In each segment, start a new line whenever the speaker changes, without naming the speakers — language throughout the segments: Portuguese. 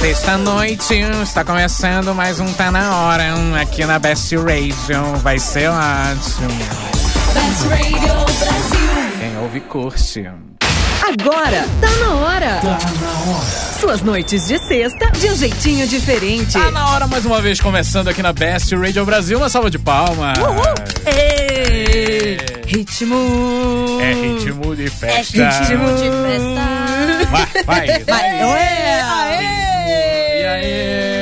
Sexta-noite, está começando mais um Tá Na Hora, um aqui na Best Radio, vai ser ótimo.
Best Radio Brasil.
Quem ouve, curte.
Agora tá na hora. Suas noites de sexta de um jeitinho diferente.
Tá na hora, mais uma vez, começando aqui na Best Radio Brasil, uma salva de palmas.
Ei! É. Ritmo.
É ritmo de festa.
De festa.
Vai, vai.
Vai, ué,
E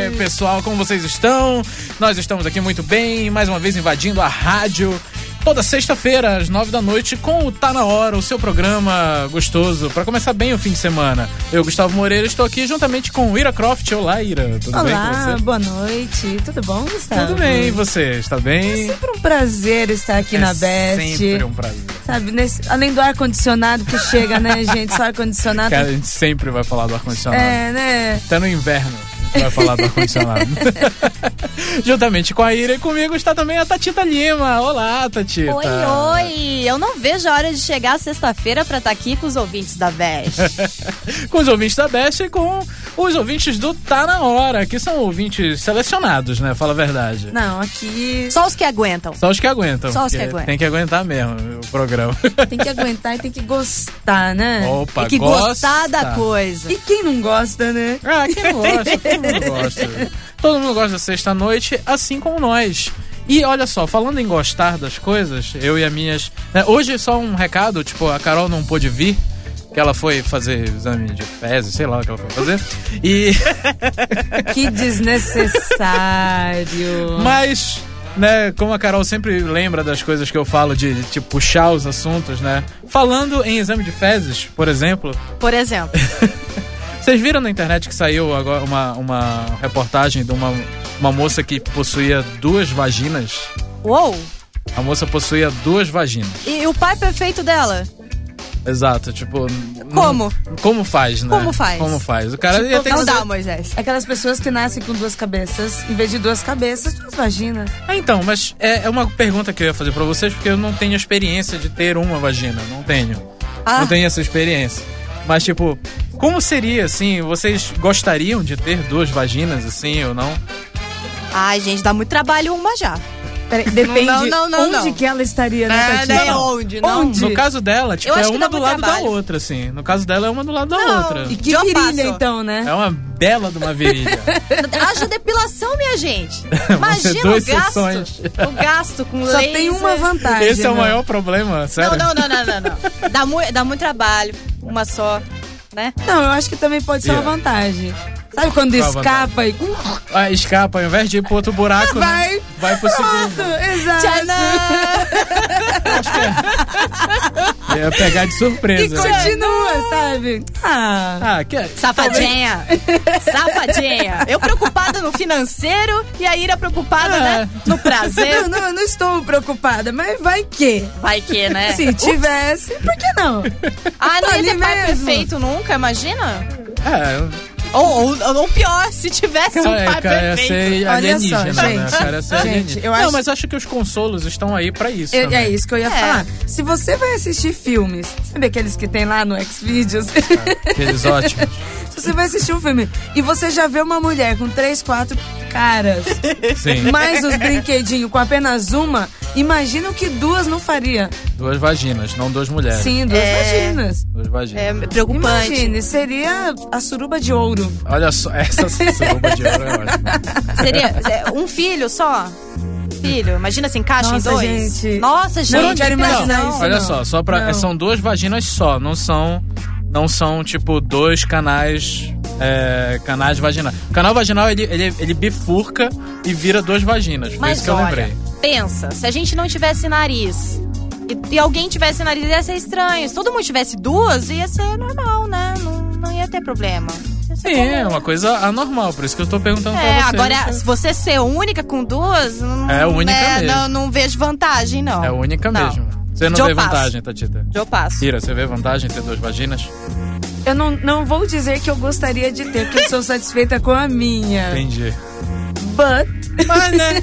aí, pessoal, como vocês estão? Nós estamos aqui muito bem, mais uma vez invadindo a rádio. Toda sexta-feira, às nove da noite, com o Tá Na Hora, o seu programa gostoso, pra começar bem o fim de semana. Eu, Gustavo Moreira, estou aqui juntamente com Ira Croft. Olá, Ira. Tudo bem
Olá,
com você?
boa noite. Tudo bom, Gustavo?
Tudo bem, e você? Está bem?
Sempre um prazer estar aqui na
É
Best.
Sempre um prazer.
Sabe, nesse- além do ar-condicionado que chega, né, gente? Só ar-condicionado.
Cara, a gente sempre vai falar do ar-condicionado.
É, né?
Até Tá no inverno. a gente Vai falar do ar-condicionado. Juntamente com a Ira e comigo está também a Tatita Lima. Olá, Tatita.
Oi, oi! Eu não vejo a hora de chegar sexta-feira pra estar aqui com os ouvintes da Best.
Com os ouvintes da Best e com os ouvintes do Tá Na Hora, que são ouvintes selecionados, né? Fala a verdade.
Não, aqui
Só os que aguentam.
Só os que aguentam.
Só os que
porque
aguentam.
Tem que aguentar mesmo o programa.
tem que aguentar e tem que gostar, né?
Opa,
Tem que gostar
gosta.
da coisa.
E quem não gosta, né?
Ah, quem não gosta, quem não gosta. Todo mundo gosta da sexta-noite, assim como nós. E olha só, falando em gostar das coisas, eu e as minhas. né, hoje só um recado, tipo, a Carol não pôde vir. Que ela foi fazer exame de fezes, sei lá o que ela foi fazer. E.
Que desnecessário.
Mas, né, como a Carol sempre lembra das coisas que eu falo de, de puxar os assuntos, né? Falando em exame de fezes, por exemplo,
Por exemplo,
Vocês viram na internet que saiu agora uma, uma reportagem de uma, uma moça que possuía duas vaginas?
uou!
A moça possuía duas vaginas.
E o pai perfeito dela?
Exato, tipo. n-
Como?
n- Como faz, né?
Como faz? Tipo,
Como faz? O cara ia ter que.
Não dá,
Fazer...
Moisés.
Aquelas pessoas que nascem com duas cabeças, em vez de duas cabeças, duas vaginas.
Ah, então, mas é, é uma pergunta que eu ia fazer pra vocês, porque eu não tenho experiência de ter uma vagina. Não tenho.
Ah.
Não tenho essa experiência. Mas, tipo, como seria, assim? Vocês gostariam de ter duas vaginas, assim, ou não?
Ai, gente, dá muito trabalho uma já.
Peraí, depende
Não, não, não,
onde
não.
que ela estaria, né,
Ah,
Tatiana?
né, onde, não?
Onde?
No caso dela, tipo,
Eu
é
acho que
uma
dá
do
muito
lado
trabalho.
da outra, assim. No caso dela, é uma do lado da
Não.
outra.
E que
De um
virilha,
passo.
então, né?
É uma bela de uma virilha.
Haja depilação, minha gente.
ser
Imagina o
duas
gasto.
sessões.
O gasto com
Só
laser.
tem uma vantagem.
Esse é o
né?
maior problema,
Não,
sério.
não, não, não, não. não. Dá, mu dá muito trabalho. Uma só, né?
Não, eu acho que também pode ser
Yeah.
uma vantagem. Sabe quando
Qual a
escapa e.
Ah, escapa, ao invés de ir pro outro buraco, né?
Vai!
Vai pro segundo.
Exato!
Tcharam!
Ia É pegar de
E
surpresa.
continua, sabe? Ah.
Ah, que...
Safadinha! Safadinha! Eu preocupada no financeiro e a Ira preocupada,
É.
né? No prazer.
Eu não, eu não estou preocupada, mas vai que?
Vai que, né?
Se tivesse, por que não?
Ah, não
Tá
ia ter
ali
pai
mesmo.
perfeito nunca, imagina?
É,
Ou, ou, ou pior, se tivesse um
é,
pai
cara, ia
perfeito.
ser
Olha só,
alienígena, né?
gente.
Cara, ia ser
Gente,
alienígena.
eu
Não,
acho-
mas acho que os consolos estão aí pra isso.
É,
também.
é isso que eu ia
É.
falar. Se você vai assistir filmes, sabe aqueles que tem lá no Xvideos?
Aqueles ótimos.
Se você vai assistir um filme e você já vê uma mulher com três, quatro caras,
Sim,
mais os brinquedinhos com apenas uma, imagina o que duas não faria.
duas vaginas, não duas mulheres.
Sim, duas
É.
vaginas.
Duas vaginas.
É preocupante.
Imagine, seria a suruba de ouro.
Olha só, essa suruba de ouro é ótima.
Seria é, um filho só? Filho, imagina se encaixa
Nossa,
em dois.
gente.
Nossa, gente.
não quero
que
imaginar
pressão.
isso.
Olha
não.
só, só para
Não.
são duas vaginas só, não são não são tipo dois canais é, canais vaginais. O canal vaginal ele, ele, ele bifurca e vira duas vaginas. Foi isso
Mas
que eu
olha,
lembrei.
pensa, se a gente não tivesse nariz e, e alguém tivesse nariz, ia ser estranho. Se todo mundo tivesse duas, ia ser normal, né? Não, não ia ter problema. Ia ser
Sim, é
comum.
uma coisa anormal, por isso que eu tô perguntando
É,
pra você. né?
agora, se você ser única com duas, não,
É única
né,
mesmo.
Não, não vejo vantagem, não.
É única
Não.
mesmo. Você não
Eu
vê
passo.
vantagem, Tatita.
Eu passo.
Tira, você vê vantagem em ter duas vaginas?
Eu não, não vou dizer que eu gostaria de ter, porque eu sou satisfeita com a minha.
Entendi.
But.
Mas, né?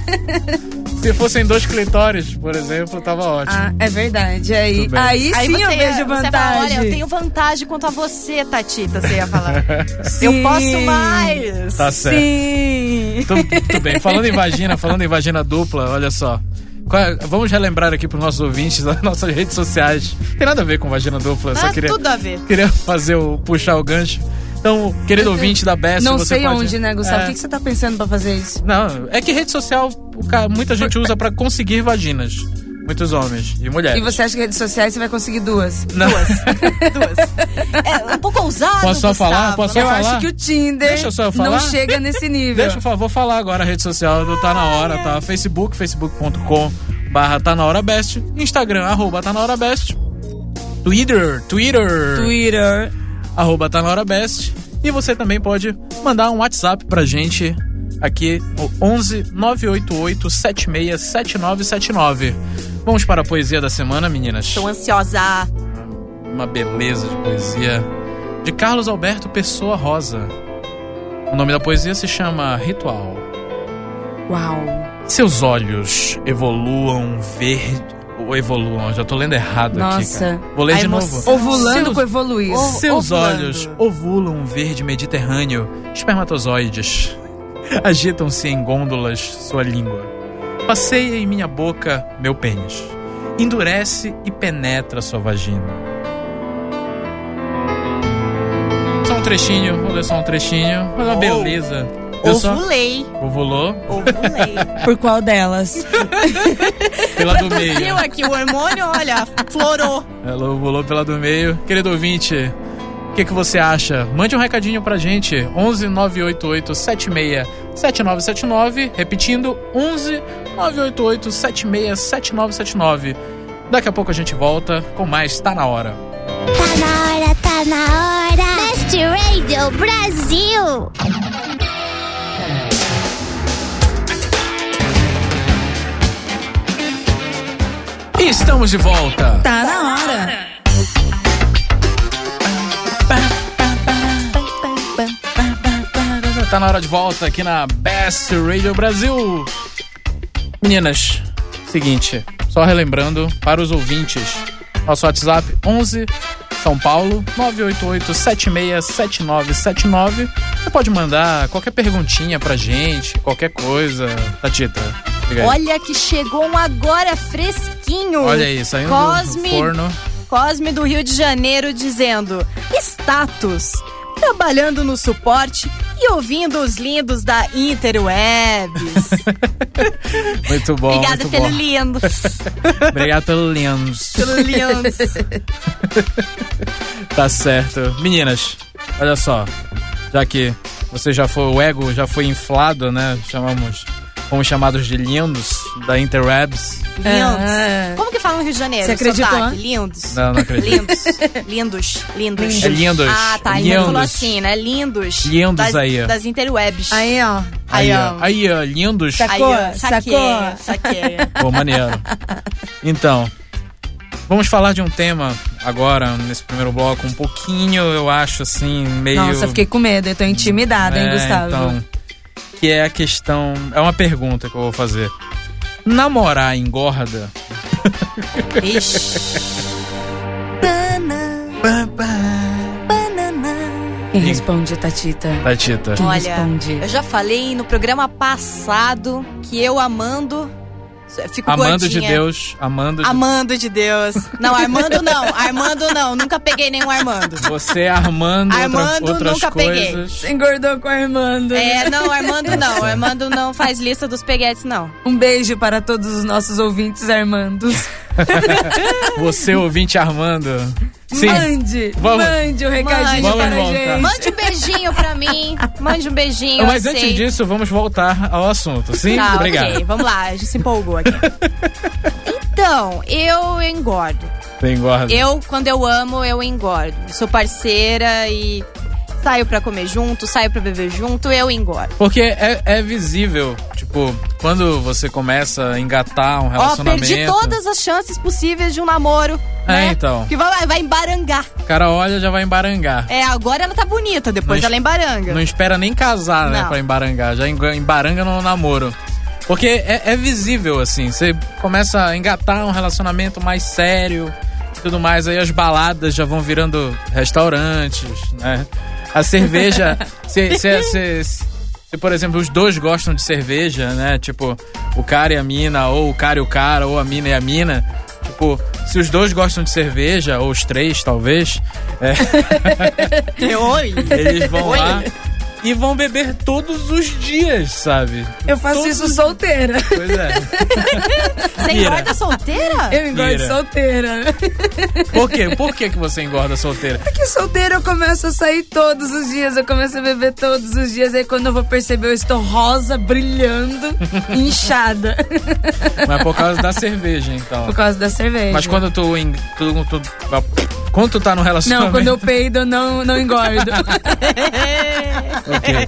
Se fossem dois clitóris, por exemplo, tava ótimo.
Ah, é verdade. Aí,
Tudo bem.
aí,
Aí
sim
você,
eu vejo
você
vantagem.
fala, olha, eu tenho vantagem quanto a você, Tatita, você ia falar. Eu
Sim.
posso mais.
Tá certo.
Sim.
Tudo, tudo bem. Falando em vagina, falando em vagina dupla, olha só. Qual é- Vamos relembrar aqui para nossos ouvintes das nossas redes sociais. Tem nada a ver com vagina dupla, eu só
Ah,
queria,
Tudo a ver.
queria fazer o puxar o gancho. Então, querido ouvinte da Best,
Não
você
sei
pode-
onde, né, Gustavo?
É.
O que que você tá pensando pra fazer isso?
Não, é que rede social o ca- muita gente usa pra conseguir vaginas. Muitos homens e mulheres.
E você acha que redes sociais você vai conseguir duas?
Não.
É um pouco ousado,
Posso só
Gustavo,
falar? Posso só
eu
né?
falar?
acho que o Tinder
Deixa eu só falar.
não chega nesse nível.
Deixa, por favor, falar agora a rede social do Tá Na Hora, tá? Facebook, facebook.com barra Tá Na Hora Best. Instagram, arroba Tá Na Hora Best. Twitter, Twitter,
Twitter.
arroba Tá Na Hora Best. E você também pode mandar um WhatsApp pra gente aqui, o 11 988 76 7979. Vamos para a poesia da semana, meninas.
Tô ansiosa.
uma beleza de poesia de Carlos Alberto Pessoa Rosa. O nome da poesia se chama Ritual.
Uau.
Seus olhos evoluam verde. Ou evoluam, eu já tô lendo errado aqui.
Nossa.
Cara. Vou ler
A
de novo.
emoção.
Ovulando
Seus-
com evoluir.
Ovo-
Seus
ovulando.
olhos ovulam um verde mediterrâneo, espermatozoides. Agitam-se em gôndolas sua língua. Passeia em minha boca meu pênis. Endurece e penetra sua vagina. Só um trechinho, vou ler só um trechinho. Mas uma
Oh.
beleza. Eu só
Ovulei.
ovulou
Ovulei.
Por qual delas?
pela do meio.
Viu aqui o hormônio? Olha, florou.
Ela volou pela do meio. Querido ouvinte, o que, que você acha? Mande um recadinho pra gente. 11 988 76 7979. Repetindo, 11 988 76 7979. Daqui a pouco a gente volta com mais Tá Na Hora.
Tá na hora, tá na hora. Best Radio Brasil.
E estamos de volta.
Tá na hora.
Tá na hora de volta aqui na Best Radio Brasil. Meninas, seguinte, só relembrando para os ouvintes, nosso WhatsApp 11 São Paulo 988 767979. Você pode mandar qualquer perguntinha pra gente, qualquer coisa. Tatita, liga aí.
Olha que chegou um agora fresquinho.
É. Olha aí, saindo do
Cosme.
forno.
Cosme do Rio de Janeiro dizendo: status, trabalhando no suporte e ouvindo os lindos da Interwebs.
Muito bom,
Obrigada
muito
pelo
bom.
lindo.
Obrigado pelo Linus.
Pelo lindo.
Tá certo. Meninas, olha só. Já que você já foi, o ego já foi inflado, né? Chamamos. Fomos chamados de lindos da Interwebs.
Ah.
É.
É.
Lindos. Como que fala no Rio de Janeiro?
Você acreditou?
Sotaque? Lindos.
né? Não, não acredito.
Lindos. Lindos. Lindos.
É lindos.
Ah, tá. Ele
Lindos.
falou assim, né? Lindos.
Lindos
das,
aí, ó.
Das interwebs.
Aí, ó.
Aí,
ó.
ó. Aí, ó, lindos.
Tá-
Aí, ó.
Sacou?
Saquei.
Sacou?
Saquei.
Pô, maneiro. Então, vamos falar de um tema agora, nesse primeiro bloco, um pouquinho, eu acho, assim, meio.
Nossa, fiquei com medo. Eu tô intimidada, hein,
É,
Gustavo?
Então, que é a questão. É uma pergunta que eu vou fazer. Namorar engorda?
Ixi.
Quem Um responde, Tatita?
Tatita.
Quem
Olha,
responde?
Eu já falei no programa passado que eu amando. Fico
Amando de
gordinha.
Deus, amando de
Amando de Deus. Não, Armando não. Armando não. Nunca peguei nenhum Armando.
Você armando, outra-
Armando,
outras
nunca peguei.
coisas.
Você engordou com a Armando.
É, não, Armando não. Armando não faz lista dos peguetes, não.
Um beijo para todos os nossos ouvintes Armandos.
Você ouvinte armando. Sim.
Mande,
Vamos.
mande o recadinho
Mande.
para
Vamos voltar.
gente.
Mande um beijinho pra mim. Mande um beijinho.
Ah, Mas
eu
antes
aceito.
disso, vamos voltar ao assunto. Sim?
Tá,
Obrigado.
ok. Vamos lá, a gente se empolgou aqui. Então, eu engordo.
Você engorda.
Eu, quando eu amo, eu engordo. Sou parceira e saio pra comer junto, saio pra beber junto, eu engordo.
Porque é, é visível. Tipo, quando você começa a engatar um
Ó,
relacionamento.
perdi todas as chances possíveis de um namoro.
É,
né?
então.
Que vai, vai embarangar.
O cara olha já vai embarangar.
É, agora ela tá bonita, depois
Não
ela embaranga.
Não espera nem casar, né?
É. Não.
Pra embarangar. Já enga- embaranga no namoro. Porque é, é visível, assim. Você começa a engatar um relacionamento mais sério tudo mais. Aí as baladas já vão virando restaurantes, né? A cerveja. se, se- se- se, por exemplo, os dois gostam de cerveja, né? Tipo, o cara e a mina, ou o cara e o cara, ou a mina e a mina. Tipo, se os dois gostam de cerveja, ou os três, talvez, é.
É Oi.
eles vão lá e vão beber todos os dias, sabe?
Eu faço
Todos
isso solteira.
Pois é.
Você
Mira.
engorda solteira?
Eu engordo
Mira.
solteira.
Por quê? Por que, que você engorda solteira?
Porque solteira eu começo a sair todos os dias, eu começo a beber todos os dias. Aí quando eu vou perceber, eu estou rosa, brilhando, inchada.
Mas por causa da cerveja, então.
Por causa da cerveja.
Mas quando tu, en- tu, tu- ah, Quando tu tá no relacionamento.
Não, quando eu peido, eu não, não engordo.
Ok.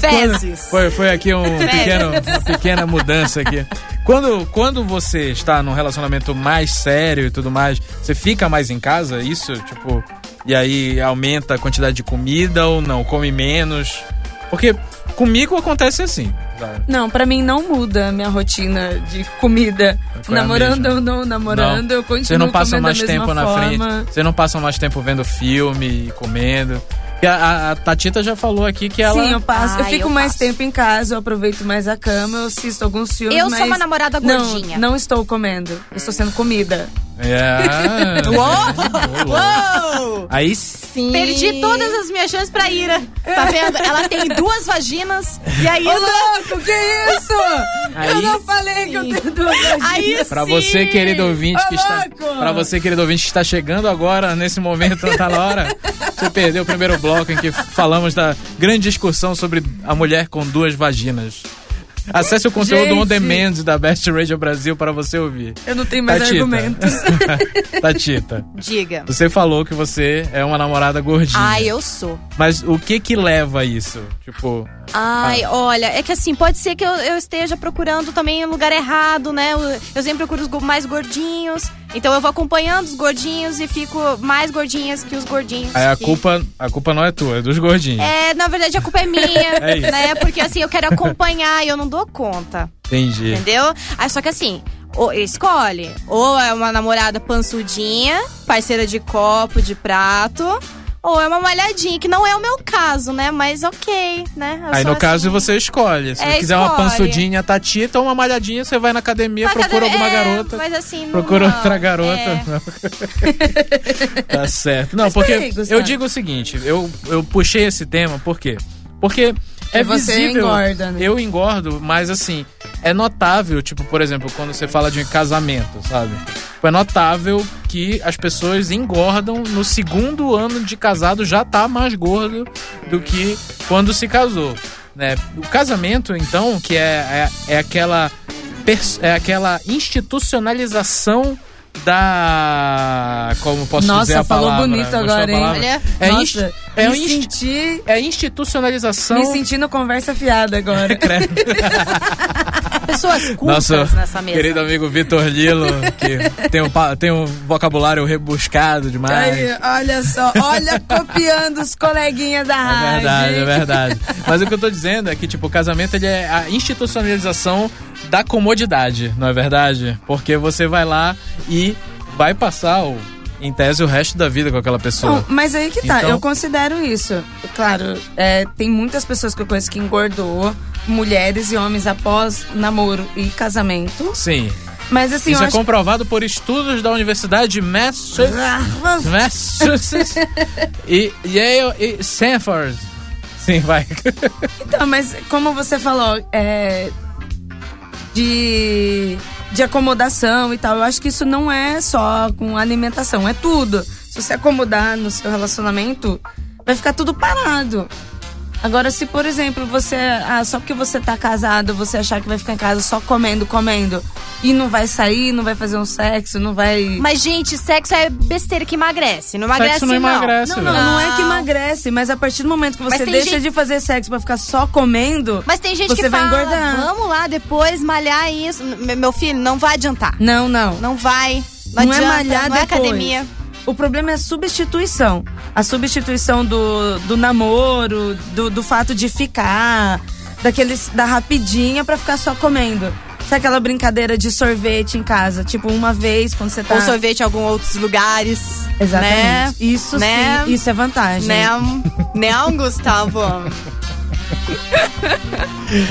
Fezes.
É. Foi, foi aqui um pequeno, uma pequena mudança aqui. Quando, quando você está num relacionamento mais sério e tudo mais, você fica mais em casa, isso? Tipo, e aí aumenta a quantidade de comida ou não? Come menos? Porque comigo acontece assim. sabe?
Não, pra mim não muda a minha rotina de comida.
Qual é a
namorando
mesma?
ou não namorando, eu continuo
Você não passa
comendo
mais
da mesma
tempo na frente.
forma.
Você não passa mais tempo vendo filme e comendo. E a, a- a Tatita já falou aqui que ela.
Sim, eu passo. eu
Ah,
fico
eu
mais
passo.
tempo em casa, eu aproveito mais a cama, eu assisto alguns filmes.
Eu
mas...
sou uma namorada
não,
gordinha.
não estou comendo. Eu estou sendo comida.
É. Ô, louco.
Uou!
Aí sim.
Sim. Perdi todas as minhas chances pra Ira. Tá vendo? Ela tem duas vaginas e aí
louco, que isso?
Aí
falei que eu tenho duas
Aí
Pra
sim.
você, querido ouvinte
Ô,
que está,
louco!
para você, querido ouvinte que está chegando agora nesse momento tá na hora. Você perdeu o primeiro bloco em que falamos da grande discussão sobre a mulher com duas vaginas. Acesse o conteúdo
Gente!
on demand da Best Radio Brasil para você ouvir.
Eu não tenho mais argumentos.
Tatita,
Diga.
você falou que você é uma namorada gordinha.
Ai, eu sou.
Mas o que que leva a isso? Tipo,
Ai, olha, é que assim, pode ser que eu, eu esteja procurando também o lugar errado, né? Eu, eu sempre procuro os go- mais gordinhos. Então eu vou acompanhando os gordinhos e fico mais gordinhas que os gordinhos.
aí a
que-
culpa, a culpa não é tua, é dos gordinhos.
É, na verdade a culpa é minha,
É isso.
né? Porque assim, eu quero acompanhar e eu não dou conta.
Entendi.
Entendeu? Aí, só que assim, ou- escolhe. Ou é uma namorada pançudinha, parceira de copo, de prato. Ou é uma malhadinha, que não é o meu caso, né? Mas ok, né? Eu
Aí
sou
no caso
assim.
você escolhe. Se
É,
você quiser uma
escolhe.
pansudinha tatita ou uma malhadinha, você vai na academia,
Uma
procura
academia-
alguma
é,
garota.
Mas assim, não-
Procura
não,
outra garota.
é.
tá certo. Não,
Mas
porque
peraí, Gustavo.
eu digo o seguinte, eu, eu puxei esse tema, por quê? Porque é
E você
visível.
engorda, né?
Eu engordo, mas assim, é notável, tipo, por exemplo, quando você fala de casamento, sabe? Tipo, É notável que as pessoas engordam no segundo ano de casado já tá mais gordo do que quando se casou, né? O casamento, então, que é, é, é aquela pers- é aquela institucionalização da como posso
Nossa,
dizer a
falou
palavra?
bonito
Gostou da
agora, hein?
palavra?
Olha,
É,
Nossa,
inst- é, um
me
inst-
senti...
é institucionalização.
Me sentindo conversa fiada agora.
Credo.
pessoas cultas
Nosso
nessa mesa.
querido amigo Vitor Lilo, que tem um, pa- tem um vocabulário rebuscado demais.
Aí, olha só, olha copiando os coleguinhas da
É
rádio.
verdade, é verdade. Mas o que eu tô dizendo é que, tipo, o casamento ele é a institucionalização da comodidade, não é verdade? Porque você vai lá e vai passar, o, em tese, o resto da vida com aquela pessoa.
Não, mas aí que tá,
Então-
eu considero isso. Claro, é, tem muitas pessoas que eu conheço que engordou, mulheres e homens após namoro e casamento.
Sim.
Mas assim,
Isso
eu
é
acho
comprovado por estudos da Universidade de Massachusetts.
que.
Massachusetts e Yale e Stanford. Sim, vai.
Então, mas como você falou, é, de, de acomodação e tal, eu acho que isso não é só com alimentação, é tudo. Se você acomodar no seu relacionamento, vai ficar tudo parado. Agora, se por exemplo, você. Ah, só porque você tá casado, você achar que vai ficar em casa só comendo, comendo, e não vai sair, não vai fazer um sexo, não vai.
Mas, gente, sexo é besteira que emagrece. Não emagrece,
Sexo não emagrece,
Não, não,
velho.
não é que emagrece, mas a partir do momento que
Mas
você
tem
deixa
gente-
de fazer sexo pra ficar só comendo.
Mas tem gente
Você
que
vai
fala,
engordar.
vamos lá depois malhar isso. M- meu filho, não vai adiantar.
Não, não.
Não vai. Não,
Não é
adianta,
malhar
não é
depois.
academia.
O problema é a substituição. A substituição do, do namoro, do, do fato de ficar, daqueles da rapidinha pra ficar só comendo. Sabe aquela brincadeira de sorvete em casa? Tipo, uma vez quando você tá.
Ou Um sorvete em algum outros lugares.
Exatamente.
Né?
Isso
Né?
sim, isso é vantagem.
Né, né, Gustavo?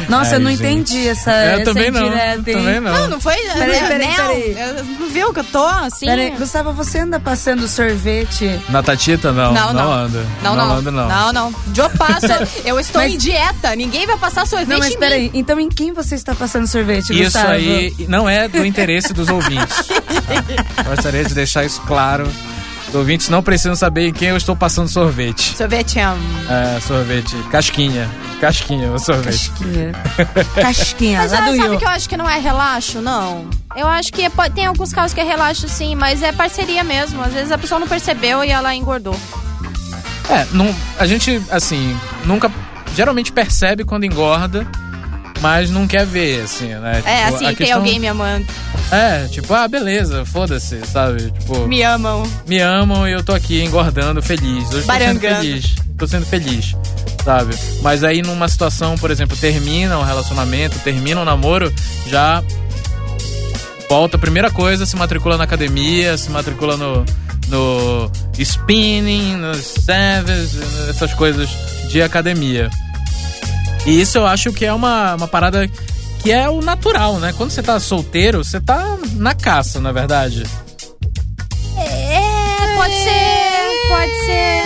Nossa,
Ai,
eu não
gente.
entendi essa.
Eu
É,
essa
também não. tá
indireta, hein?
Também não.
Não, não foi?
Peraí,
né,
peraí,
né?
peraí.
Eu- Não viu que eu tô assim?
Peraí, Gustavo, você anda passando sorvete?
Na Tatita, não.
Não, não.
anda.
Não, não.
anda, não.
Não, não. Eu passo. eu estou
Mas-
em dieta. Ninguém vai passar sorvete
Não, mas
em mim.
peraí, então em quem você está passando sorvete,
Isso
Gustavo?
aí não é do interesse dos ouvintes. tá? Gostaria de deixar isso claro. Os ouvintes não precisam saber em quem eu estou passando sorvete.
Sorvete é um-
É, sorvete. Casquinha. Casquinha, o sorvete.
Casquinha. Casquinha,
Mas
lá do
olha, sabe
Rio.
que eu acho que não é relaxo, não? Eu acho que é po- tem alguns casos que é relaxo, sim, mas é parceria mesmo. Às vezes a pessoa não percebeu e ela engordou.
É, não, a gente, assim, nunca. Geralmente percebe quando engorda, mas não quer ver, assim, né?
É,
Tipo,
assim,
a
tem
questão-
alguém me amando.
É, tipo, ah, beleza, foda-se, sabe? Tipo, me...
Me amam.
amam e eu tô aqui engordando, feliz. Hoje tô sendo
Barangando.
feliz. Tô sendo feliz, sabe? Mas aí numa situação, por exemplo, termina um relacionamento, termina um namoro, já volta, primeira coisa, se matricula na academia, se matricula no, no spinning, no service, essas coisas de academia. E isso eu acho que é uma, uma parada que é o natural, né? Quando você tá solteiro, você tá na caça, na verdade.
É, pode ser, pode ser.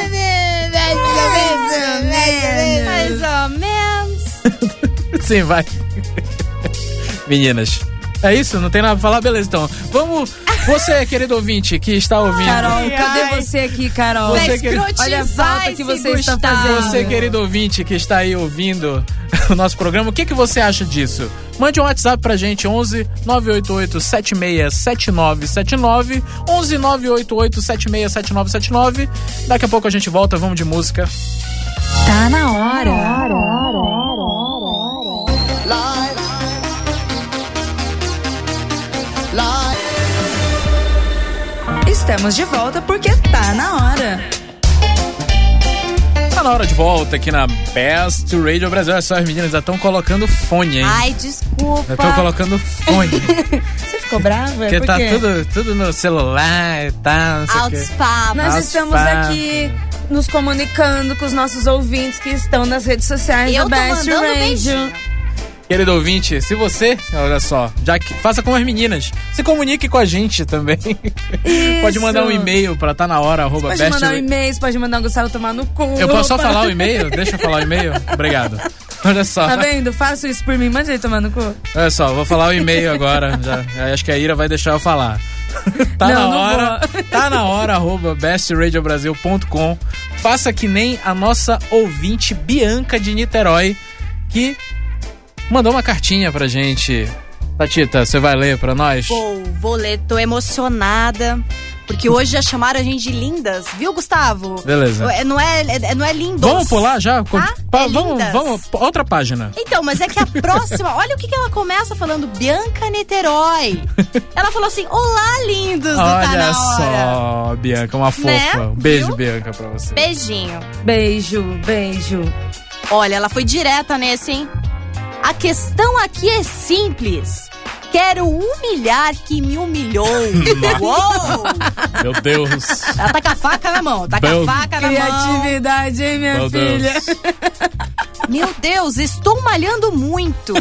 Mais ou menos.
Sim, vai. Meninas. É isso? Não tem nada pra falar? Beleza, então. Vamos. Você, querido ouvinte, que está ouvindo.
Carol,
Ai,
cadê
ai.
você aqui, Carol?
Você
Vai
que- Olha
escrotizar
Olha a falta que
esse
você está
Gustavo.
fazendo.
Você, querido ouvinte que está aí ouvindo o nosso programa, o que, que você acha disso? Mande um WhatsApp pra gente, 11 988 767979 11 988 767979 Daqui a pouco a gente volta, vamos de música.
Tá na hora. Estamos de volta porque tá na hora.
Tá na hora de volta aqui na Best Radio Brasil. Olha só, as meninas já estão colocando fone, hein?
Ai, desculpa.
Já estão colocando fone.
Você ficou brava?
Porque
Por
tá
quê?
tudo, tudo no celular e tal, não sei o quê.
Altos papos.
Nós
Nossa.
estamos aqui nos comunicando com os nossos ouvintes que estão nas redes sociais
Eu
da
tô
Best
mandando um
Radio.
beijinho.
Querido ouvinte, se você, olha só, já que faça como as meninas, se comunique com a gente também. Pode mandar um e-mail pra tá na hora, arroba
Pode mandar um
best-
e-mail, você pode mandar o Gustavo tomar no cu.
Eu posso só
Opa.
falar o e-mail? Deixa eu falar o e-mail? Obrigado. Olha só,
Tá vendo? Faço isso por mim, manda ele tomar no cu.
olha só, vou falar o e-mail agora. já. Acho que a Ira vai deixar eu falar. Tá
Não,
na
não
hora, tá na hora, arroba bestradiobrasil.com. Faça que nem a nossa ouvinte Bianca de Niterói, que mandou uma cartinha pra gente. Tatita, você vai ler pra nós?
Vou, vou ler, tô emocionada. Porque hoje já chamaram a gente de lindas, viu, Gustavo?
Beleza.
É, Não é, é- não é lindos.
Vamos pular já?
Tá?
Pa-
É
vamos,
lindas.
vamos, outra página.
Então, mas é que a próxima, olha o que, que ela começa falando, Bianca Niterói. Ela falou assim: Olá, lindos do Tá
Olha
na Hora.
só, Bianca, uma fofa.
Né?
Um beijo,
Viu?
Bianca, pra você.
Beijinho.
Beijo, beijo.
Olha, ela foi direta nesse, hein? A questão aqui é simples. Quero humilhar que me humilhou. Uou!
Meu Deus.
Ela tá com a faca na mão, tá
Bel-
com a faca na mão.
Criatividade, hein, minha
Meu
filha?
Deus.
Meu Deus, estou malhando muito.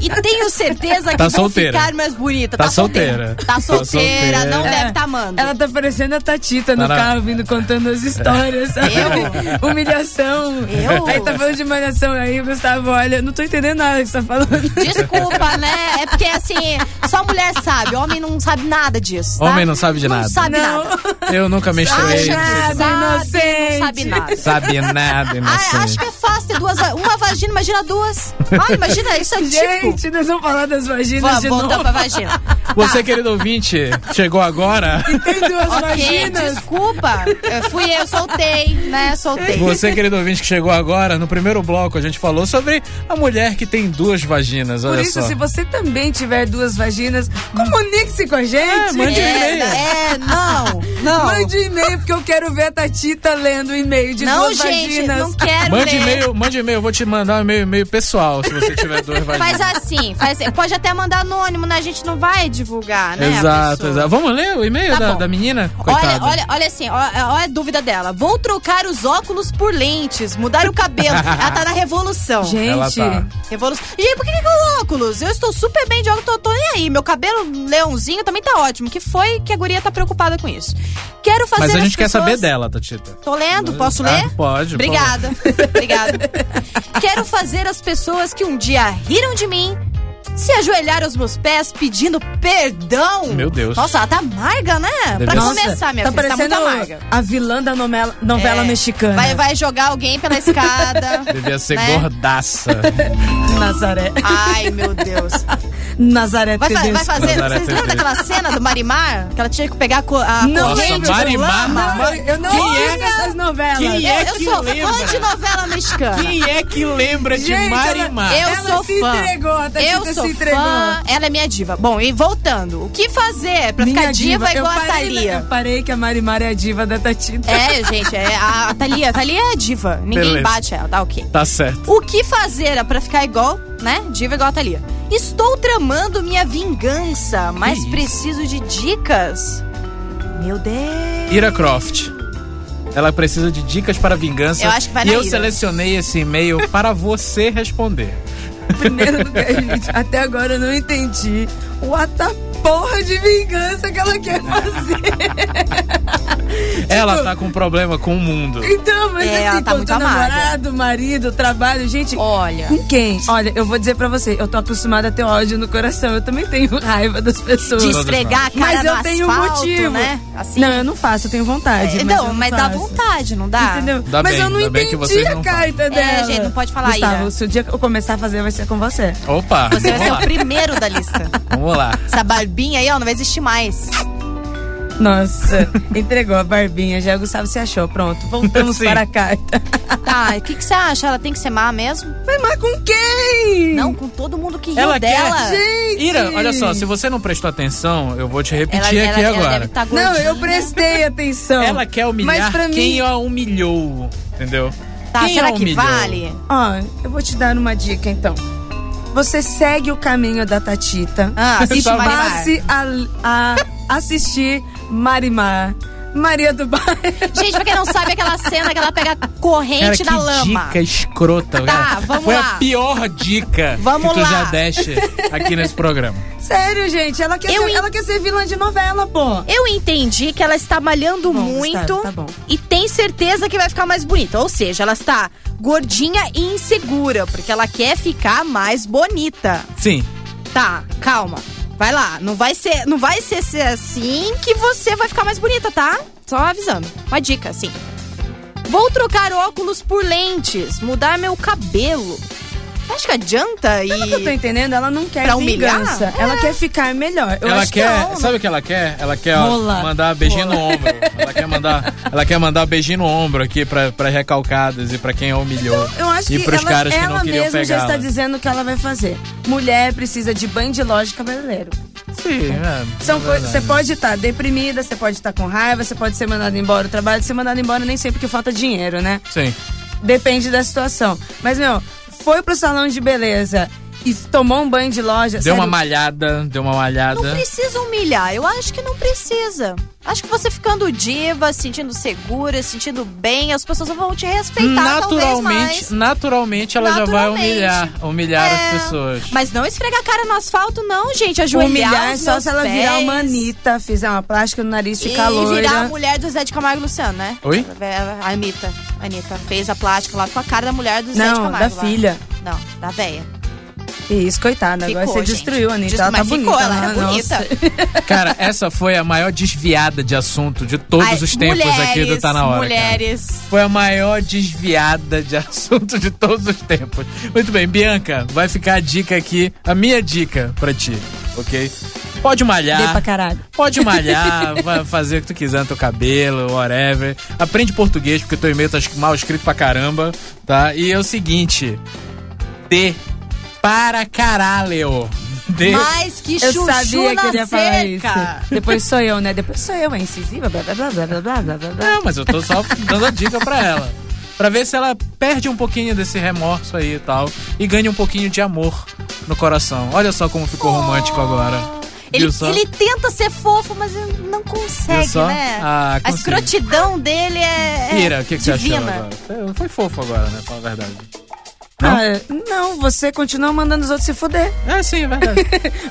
e tenho certeza que
Tá
vou
solteira.
ficar mais bonita.
Tá
Tá, solteira.
solteira.
Tá solteira,
solteira.
não
É.
deve tá amando.
Ela tá parecendo a Tatita
Tá
no
na-
carro, vindo contando as histórias. sabe?
Eu?
Humilhação.
Eu?
Aí tá falando de humilhação aí, o Gustavo, olha, não tô entendendo nada que você tá falando.
Desculpa, né? É porque assim, só mulher sabe, homem não sabe nada disso. tá?
Homem não sabe de nada.
Não sabe
Não.
nada.
Eu nunca menstruei.
Acha
não sei
que
se-
nada,
sabe, não sabe
inocente.
nada.
Sabe nada, inocente.
Ah, acho que é fácil ter duas. va- Uma vagina, imagina duas. Ah, imagina, isso é tipo.
Gente, nós vamos falar das vaginas
Vamos
de
voltar
novo.
pra vagina.
Você, querido ouvinte, chegou agora.
Tem duas
ok,
vaginas.
desculpa. Eu fui eu, soltei, né? Soltei.
Você, querido ouvinte, que chegou agora, no primeiro bloco a gente falou sobre a mulher que tem duas vaginas,
Por
olha
isso,
só.
se você também
Hum.
tiver duas vaginas, comunique-se com a gente.
É, mande-
É,
e-mail.
é, não, não.
Mande e-mail, porque eu quero ver a Tatita lendo o e-mail de
Não,
duas
gente,
vaginas.
não quero
Mande
ler.
e-mail, mande e-mail, eu vou te mandar um e-mail, e-mail pessoal, se você tiver duas
Faz
vaginas.
assim, faz assim. Pode até mandar anônimo, né? A gente não vai divulgar, né? a
Exato,
pessoa.
exato. Vamos ler o e-mail
Tá
da,
bom.
da menina?
Olha,
Coitada.
olha, olha assim, ó- ó- olha a dúvida dela. Vou trocar os óculos por lentes, mudar o cabelo. Ela tá na revolução.
Gente,
Ela tá.
Revolução. Gente, por que, que é o óculos? Eu estou super bem de óculos, tô, tô nem aí. Meu cabelo leãozinho também tá ótimo. Que foi que a guria tá preocupada com isso? Quero fazer
Mas a
as
gente quer
pessoas-
saber dela, Tatita.
Tô lendo, posso
Ah,
ler?
pode. por favor.
Obrigada. Obrigada. Quero fazer as pessoas que um dia riram de mim se ajoelhar aos meus pés pedindo perdão.
Meu Deus.
Nossa, ela tá amarga, né?
Deve
pra
ser.
começar, minha
tá
filha, tá muito
parecendo
amarga.
a vilã da novela, novela
É.
mexicana.
Vai, vai jogar alguém pela escada.
Devia ser
né?
gordaça.
Nazaré.
Ai, meu Deus.
Nazaré
Vai, fa- vai
Tedesco.
fazer.
Nazaré
Vocês lembram
Tedesco.
daquela cena do Marimar? Que ela tinha que pegar a, co a
Não
corrente
Nossa,
de
Marimar.
lama?
Marimar.
Eu não
Quem
assisto
é?
essas novelas.
Quem
Eu,
é
eu
que
sou fã
lembra?
de novela mexicana.
Quem é que lembra de
Gente,
Marimar?
Eu
Ela
sou
se
fã.
entregou, a Tatita
eu
se
sou
entregou.
fã. Ela é minha diva. Bom, e voltando, o que fazer pra
Minha
ficar diva,
Eu
igual a
parei,
Thalia?
Eu parei que a Marimar é a diva da Tatita.
É, gente, é, a, a Thalia, a Thalia é a diva. Ninguém
Beleza.
bate ela, tá ok.
Tá certo.
O que fazer pra ficar igual, né? Diva igual a Thalia. Estou tramando minha vingança, mas
isso?
preciso de dicas. Meu Deus.
Ira Croft. Ela precisa de dicas para vingança.
Eu acho que vai
e
na
eu
Ira.
selecionei esse e-mail para você responder.
Primeiro lugar, gente, até agora eu não entendi. O ata porra de vingança que ela quer fazer.
Ela tá com problema com o mundo.
Então, mas
É, ela
assim,
tá
quanto
muito amarga.
namorado, marido, trabalho, gente.
Olha.
Com quem? Olha, eu vou dizer pra você, eu tô acostumada a ter ódio no coração. Eu também tenho raiva das pessoas.
De
Todas
esfregar a cara
Mas eu
no
tenho um
asfalto,
motivo.
né? Assim.
Não, eu não faço, eu tenho vontade. mas eu
Não,
não
mas dá
faço.
vontade, não dá?
Entendeu?
Dá
mas
bem,
eu não
dá
entendi
bem que vocês
a
não
carta dela.
É, gente, não pode falar,
Gustavo,
Ira.
se o dia que eu começar a fazer, vai ser com você.
Opa,
Você vai
vamos,
ser
lá.
o primeiro da lista.
vamos lá.
Essa barbinha aí, ó, não vai existir mais.
Nossa, entregou a barbinha, já o Gustavo se achou. Pronto, voltamos
Sim.
para a carta.
Ah, o que, que você acha? Ela tem que ser má mesmo?
Mas, mas com quem?
Não, com todo mundo que riu
Ela quer-
dela.
Gente!
Ira, olha só, se você não prestou atenção, eu vou te
Ela,
repetir
ela-
aqui
ela
agora.
deve tá gordinha.
Não, eu prestei atenção.
Ela quer
Mas
humilhar
pra mim-
quem a humilhou, entendeu?
Tá,
quem é
será
a
que
humilhou?
vale?
Ó, eu vou te dar uma dica então. Você segue o caminho da Tatita.
Ah, assiste
Só
o Marimar.
Passe a, a assistir Marimar. Maria do Bairro.
Gente, pra quem não sabe, aquela cena que ela pega a
que
corrente na lama. Tá,
dica escrota. cara.
vamos
Foi
lá.
a pior dica
Vamos
que tu
lá.
já deste aqui nesse programa.
Sério, gente, ela quer,
Eu
ser,
en-
ela quer ser vilã de novela, pô.
Eu entendi que ela está malhando
Bom,
muito
Gustavo, tá bom.
e tem certeza que vai ficar mais bonita. Ou seja, ela está gordinha e insegura, porque ela quer ficar mais bonita.
Sim,
Tá, calma. Vai lá, não vai ser, não vai ser ser assim que você vai ficar mais bonita, tá? Só avisando. Uma dica, assim. Vou trocar óculos por lentes, mudar meu cabelo. Acho que adianta
Pelo é que eu tô
e
entendendo, ela não quer
Pra humilhar? É.
vingança. Ela quer ficar melhor. Eu
ela
acho
quer,
que é
sabe o que ela quer? Ela quer ó,
Rola.
mandar beijinho no ombro. Ela quer mandar, ela quer mandar beijinho no ombro aqui pra, pra recalcadas e pra quem a humilhou
Eu acho
e
que
pros
ela,
caras que
ela
não queriam
mesma já
pegar.
está dizendo o que ela vai fazer. Mulher precisa de banho de loja de cabeleireiro.
Sim, é,
São
é
coisas. Você
verdade.
pode estar deprimida, você pode estar com raiva, você pode ser mandado embora do trabalho, ser mandado embora nem sempre porque falta dinheiro, né?
Sim.
Depende da situação. Mas, meu, foi pro salão de beleza e tomou um banho de loja.
Deu
sério,
uma malhada, deu uma
não
malhada.
precisa humilhar. Eu acho que não precisa. Acho que você ficando diva, se sentindo segura, se sentindo bem, as pessoas vão te respeitar talvez mais.
naturalmente, naturalmente ela
Naturalmente.
já vai humilhar, humilhar
É.
as pessoas.
Mas não esfregar a cara no asfalto, não, gente. Ajoelhar
humilhar é
os
só
meus
se ela
pés.
virar uma Anitta, fizer uma plástica no nariz,
E
ficar loira.
virar a mulher do Zé de Camargo e Luciano, né?
Oi?
A Anitta. A Anitta fez a plástica lá com a cara da mulher do Zé de
Não,
Camargo.
da
lá.
filha.
Não, da véia.
Isso, coitada. Agora
Ficou,
você
gente.
destruiu, a Anitta.
Destru-
Ela tá
Mas
bonita.
ficou, ela
né?
era bonita.
Nossa.
Cara, essa foi a maior desviada de assunto de todos
Ai,
os tempos aqui do Tá Na Hora. cara.
Mulheres.
Foi a maior desviada de assunto de todos os tempos. Muito bem, Bianca, vai ficar a dica aqui, a minha dica pra ti, ok? Pode
Dei pra
malhar.
caralho.
Pode malhar, vai fazer o que tu quiser no teu cabelo, whatever. Aprende português, porque teu e-mail tá es- mal escrito pra caramba, tá? E é o seguinte: T para caralho. Deus.
Mas que
Eu
chuchu
sabia
na
que ele ia falar
seca.
isso. Depois sou eu, né? Depois sou eu, é incisiva, blá blá blá blá blá blá blá blá.
Não, mas eu tô só dando a dica pra ela. Pra ver se ela perde um pouquinho desse remorso aí e tal. E ganha um pouquinho de amor no coração. Olha só como ficou romântico agora.
Ele,
Viu só?
ele tenta ser fofo, mas ele não
Viu
consegue,
só?
né?
Ah,
a
consigo.
escrotidão dele é. é
Ira, o que, que você achou
divina.
agora? Foi- Foi fofo agora, né? Fala a verdade. Não?
Ah, não, você continua mandando os outros se fuder.
É, sim, é verdade.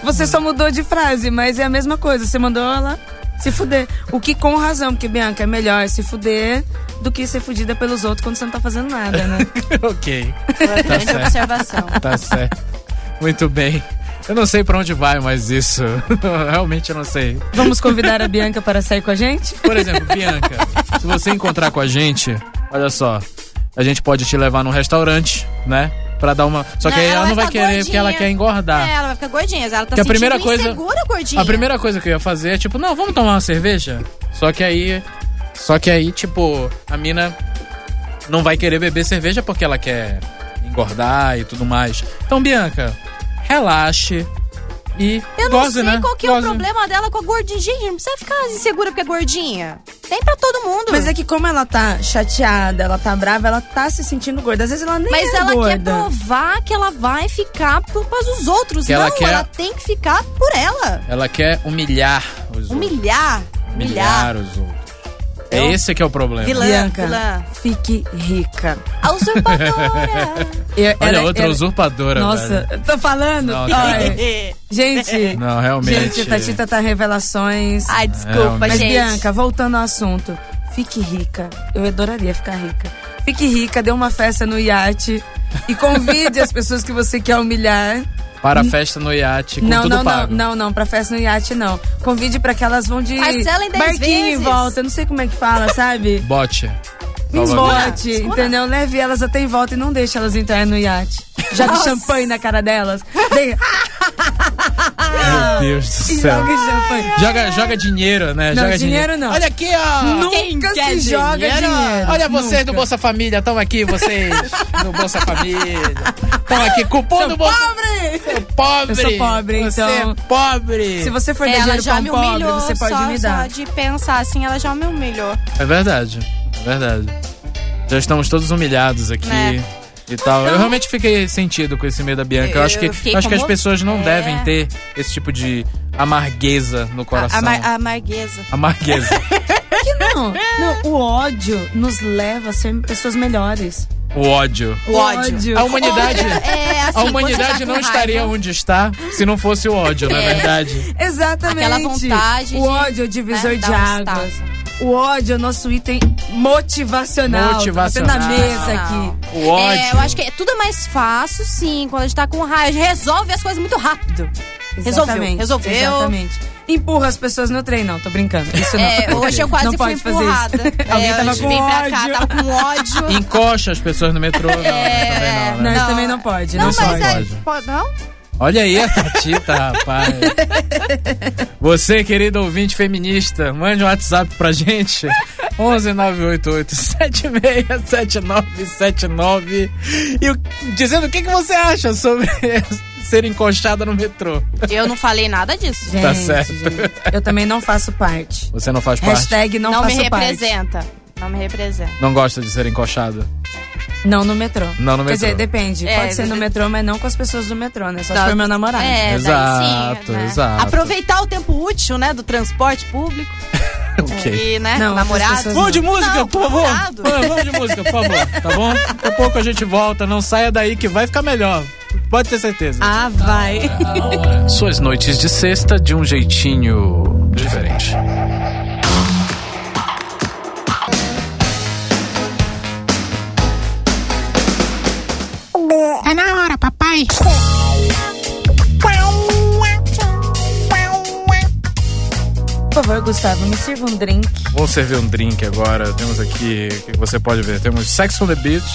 Você só mudou de frase, mas é a mesma coisa. Você mandou ela se fuder. O que com razão, porque Bianca é melhor se fuder do que ser fudida pelos outros quando você não tá fazendo nada, né?
ok,
Uma grande
certo.
observação.
tá certo. Muito bem. Eu não sei pra onde vai mais isso. Realmente eu não sei.
Vamos convidar a Bianca para sair com a gente?
Por exemplo, Bianca, se você encontrar com a gente, olha só, a gente pode te levar num restaurante, né? Pra dar uma. Só que
Não,
aí
ela
ela não vai
tá
querer, porque ela
gordinha.
quer engordar.
É, ela vai ficar gordinha. Ela tá
Tá. Que a
sentindo
primeira coisa-
insegura, gordinha.
A primeira coisa que eu ia fazer é tipo, não, vamos tomar uma cerveja? Só que aí. Só que aí, tipo, a mina não vai querer beber cerveja porque ela quer engordar e tudo mais. Então, Bianca, relaxe e
Eu não
goze,
sei
né?
qual que é
Goze.
o problema dela com a gordinha. Gente, não precisa ficar insegura porque é gordinha. Tem pra todo mundo.
Mas é que como ela tá chateada, ela tá brava, ela tá se sentindo gorda. Às vezes ela nem
Mas
é
ela
gorda.
quer provar que ela vai ficar por causa dos outros.
Que
não,
ela quer-
ela tem que ficar por ela.
Ela quer humilhar os outros.
Humilhar. Humilhar.
Humilhar os outros. É esse que é o problema.
Vilã,
Bianca.
vilã.
Fique rica.
A usurpadora.
Eu-
Olha,
ela- é
outra
ela-
usurpadora.
Nossa,
velho.
tô falando?
Não,
Olha,
cara.
gente,
Não, realmente.
gente, Tatita tá revelações.
Ai, desculpa,
Mas,
gente.
Bianca, voltando ao assunto, fique rica. Eu adoraria ficar rica. Fique rica, dê uma festa no iate e convide as pessoas que você quer humilhar.
Para a festa no iate, com
não,
tudo
não, não,
pago.
não, não, pra festa no iate não. Convide pra que elas vão de
Parcela em dez
barquinho em
vezes.
volta, eu não sei como é que fala, sabe?
Bote.
Um
Novamente.
bote,
Escura.
entendeu? Leve elas até em volta e não deixe elas entrarem no iate. Jogue champanhe na cara delas. Dê-
Meu Deus do
e
céu.
Jogue champanhe.
Joga, joga dinheiro, né?
Não,
joga
dinheiro não.
Olha aqui, ó.
Nunca se joga dinheiro.
Olha vocês
Nunca.
do Bolsa Família. Estão aqui, vocês do Bolsa Família. Estão aqui, cupom do Bolsa...
Pobre!
Pobre.
Eu sou pobre,
Você
então.
é pobre.
Se você for
É,
dar
ela
dinheiro pra
já
um
me
pobre,
humilhou.
você pode
só,
me dar.
só de pensar assim, ela já me humilhou.
É verdade. É verdade. Já estamos todos humilhados aqui.
Né?
E tal. Eu realmente fiquei sentido com esse medo da Bianca. Eu acho que,
Eu fiquei
eu acho que as
como-
pessoas não
É.
devem ter esse tipo de amargueza no
A,
coração.
a, mar- a amargueza.
Amargueza.
Não, não, o ódio nos leva a ser pessoas melhores.
o ódio. um-
O ódio.
A humanidade.
É, assim,
A
quando
humanidade
você tá
não
com
um
estaria
raiva, É.
onde está se não fosse o ódio, na verdade.
Exatamente.
Aquela vontade
O
de,
ódio é o divisor
né,
de
dar um
águas.
estalo.
O ódio é o nosso item motivacional.
Motivacional.
Tá batendo na mesa aqui.
O ódio.
É, eu acho que é tudo mais fácil, sim, quando a gente tá com raiva. A gente resolve as coisas muito rápido. Resolveu,
Exatamente,
resolveu.
Exatamente. Empurra as pessoas no trem, não, tô brincando. Isso não.
É, hoje eu quase
Não
fui
pode fazer isso.
empurrada.
Alguém
é,
tava
a gente
com
vem pra cá,
ódio.
tava com ódio.
Encosta as pessoas no metrô. Não, né? também não,
Não,
né?
isso também não pode.
é- Não,
Não,
mas
só
pode.
é.
ódio.
Pode, não?
Olha aí a Tatita, rapaz. Você, querido ouvinte feminista, mande um WhatsApp pra gente. 11 988 767979 E o- dizendo o que, que você acha sobre ser encoxada no metrô.
Eu não falei nada disso.
Gente,
gente.
Tá certo.
gente, eu também não faço parte.
Você não faz parte?
Hashtag não,
Não, me
faço parte.
representa. Não me representa.
Não gosta de ser encoxada?
Não no metrô.
Não no
Quer dizer,
metrô.
depende.
É,
Pode ser no
de-
metrô, mas não com as pessoas do metrô, né? Só
Tá.
se for meu namorado.
É, daí
Exato,
sim, né?
exato.
Aproveitar o tempo útil, né, do transporte público
Ok.
e, né,
Não, tá
namorado.
as pessoas
Vamos de música,
Não,
por favor.
namorado.
Vamos vamos de música, por favor. Tá bom? Daqui a pouco a gente volta. Não saia daí que vai ficar melhor. Pode ter certeza.
Ah, vai.
Suas noites de sexta de um jeitinho diferente.
Tá na hora, papai.
Por favor, Gustavo, me sirva um drink.
Vou servir um drink agora. Temos aqui, o que você pode ver? Temos Sex on the Beach,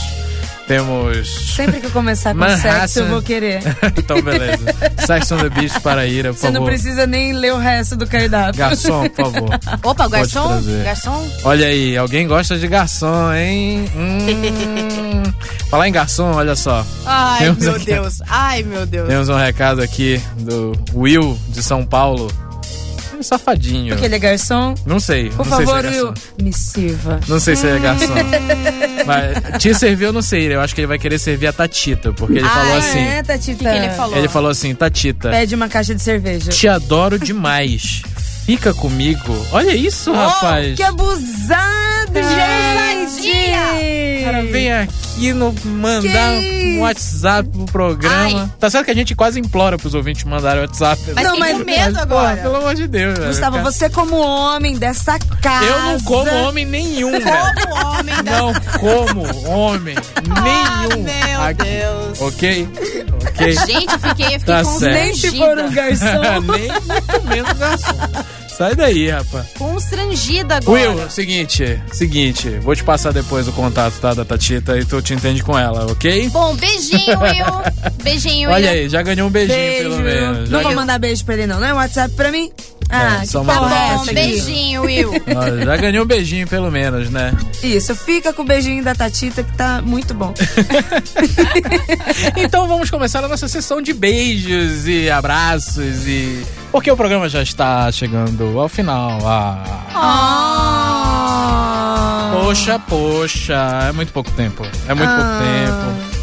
Temos.
Sempre que eu começar com
Manhattan.
sexo, eu vou querer.
então, beleza. Sex on the Beach Paraíra, por
Você não
favor.
precisa nem ler o resto do cardápio.
Garçom, por favor.
Opa, o
Pode
garçom?
trazer.
Garçom?
Olha aí, alguém gosta de garçom, hein? Hum. Falar em garçom, olha só.
Ai,
Temos
meu
aqui-
Deus. Ai, meu Deus.
Temos um recado aqui do Will de São Paulo. É safadinho.
Porque ele é garçom.
Não sei.
Por
não
favor,
sei se é
Will,
garçom.
me sirva.
Não sei se é garçom. Mas te serviu, eu não sei. Eu acho que ele vai querer servir a Tatita, porque ele
Ah,
falou
é?
assim.
É, Tatita.
que ele falou?
Ele falou assim, Tatita,
Pede uma caixa de cerveja.
te adoro demais. Fica comigo. Olha isso, rapaz.
Oh, Que abusado, gente!
Cara, vem aqui no mandar
Que
um WhatsApp pro programa. Tá certo que a gente quase implora pros ouvintes mandarem WhatsApp. né?
Mas
Não,
fiquei
mas-
com medo
Pô,
agora.
pelo amor de Deus, velho.
Gustavo,
Cara,
você como homem dessa casa...
Eu não como homem nenhum, velho.
Como homem da...
Não como homem nenhum.
Ah, Meu
aqui.
Deus.
Ok? Ok.
Gente, eu fiquei, eu fiquei
Tá
Nem
constrangida.
se for um garçom.
Nem muito menos garçom. Sai daí, rapaz.
Constrangida agora.
Will, seguinte, seguinte, vou te passar depois o contato, tá, da Tatita, e tu te entende com ela, ok?
Bom, beijinho, Will. Beijinho,
Olha
Will.
aí, já ganhou um beijinho,
Beijo.
pelo menos. Já
Não vou
ganhou-
mandar beijo pra ele, não, né? WhatsApp pra mim. Ah,
só
que
uma
porra é
assim.
Tá
mandar
bom,
essa aqui?
beijinho, Will.
Olha, já ganhou um beijinho, pelo menos, né?
Isso, fica com o beijinho da Tatita que tá muito bom.
Então vamos começar a nossa sessão de beijos e abraços e. Porque o programa já está chegando ao final. Ah.
Oh.
Oh.
Poxa, poxa, é muito pouco tempo. É muito
Ah.
pouco tempo.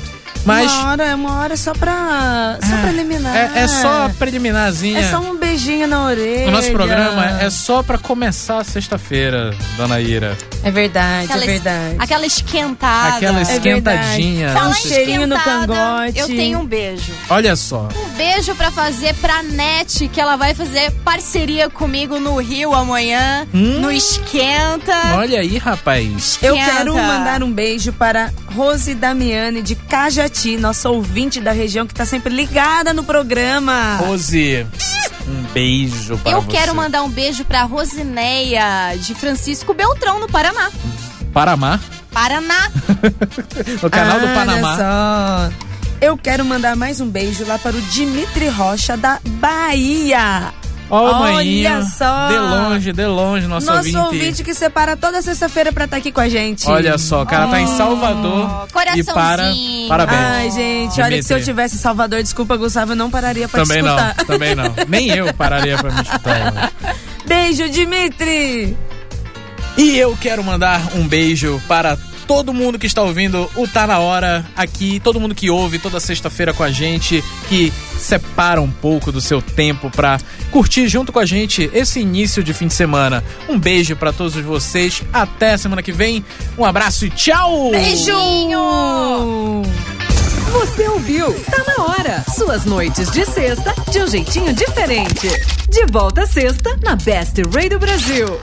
Mas
Uma hora, é uma hora só pra. Só pra eliminar.
é, é só a preliminarzinha.
É só um beijinho na orelha.
O nosso programa é só pra começar a sexta-feira, dona Ira.
É verdade,
Aquela,
é
es-
verdade.
aquela esquentada.
Aquela
É
esquentadinha.
verdade. Dá um
Fala em
cheirinho no
esquentada,
cangote.
Eu tenho um beijo.
Olha só.
Um beijo pra fazer pra Net, que ela vai fazer parceria comigo no Rio amanhã,
Hum.
no Esquenta.
Olha aí, rapaz.
Eu
Esquenta.
quero mandar um beijo para Rose Damiani de Cajati, nossa ouvinte da região que tá sempre ligada no programa.
Rose, um beijo para
Eu
você.
quero mandar um beijo pra Rosineia, de Francisco Beltrão, no Paraná.
Panamá,
Paraná.
no canal do
Ah, Olha
Panamá.
só. Eu quero mandar mais um beijo lá para o Dimitri Rocha da Bahia.
Ó,
Olha
maninho.
só.
De longe, de longe, nosso,
Nosso
ouvinte.
ouvinte que separa toda sexta-feira pra estar aqui com a gente.
Olha só, o cara tá em Salvador. E para.
coraçãozinho.
Parabéns.
Ai, gente, olha que se
Dimitri.
eu tivesse em Salvador, desculpa, Gustavo, eu não pararia pra
também
te escutar.
não, também não. Nem eu pararia pra me escutar.
Beijo, Dimitri!
E eu quero mandar um beijo para todo mundo que está ouvindo o Tá Na Hora aqui, todo mundo que ouve toda sexta-feira com a gente, que separa um pouco do seu tempo para curtir junto com a gente esse início de fim de semana. Um beijo para todos vocês, até semana que vem, um abraço e tchau!
Beijinho!
Você ouviu? Tá na hora. Suas noites de sexta de um jeitinho diferente. De volta sexta na Best Radio Brasil.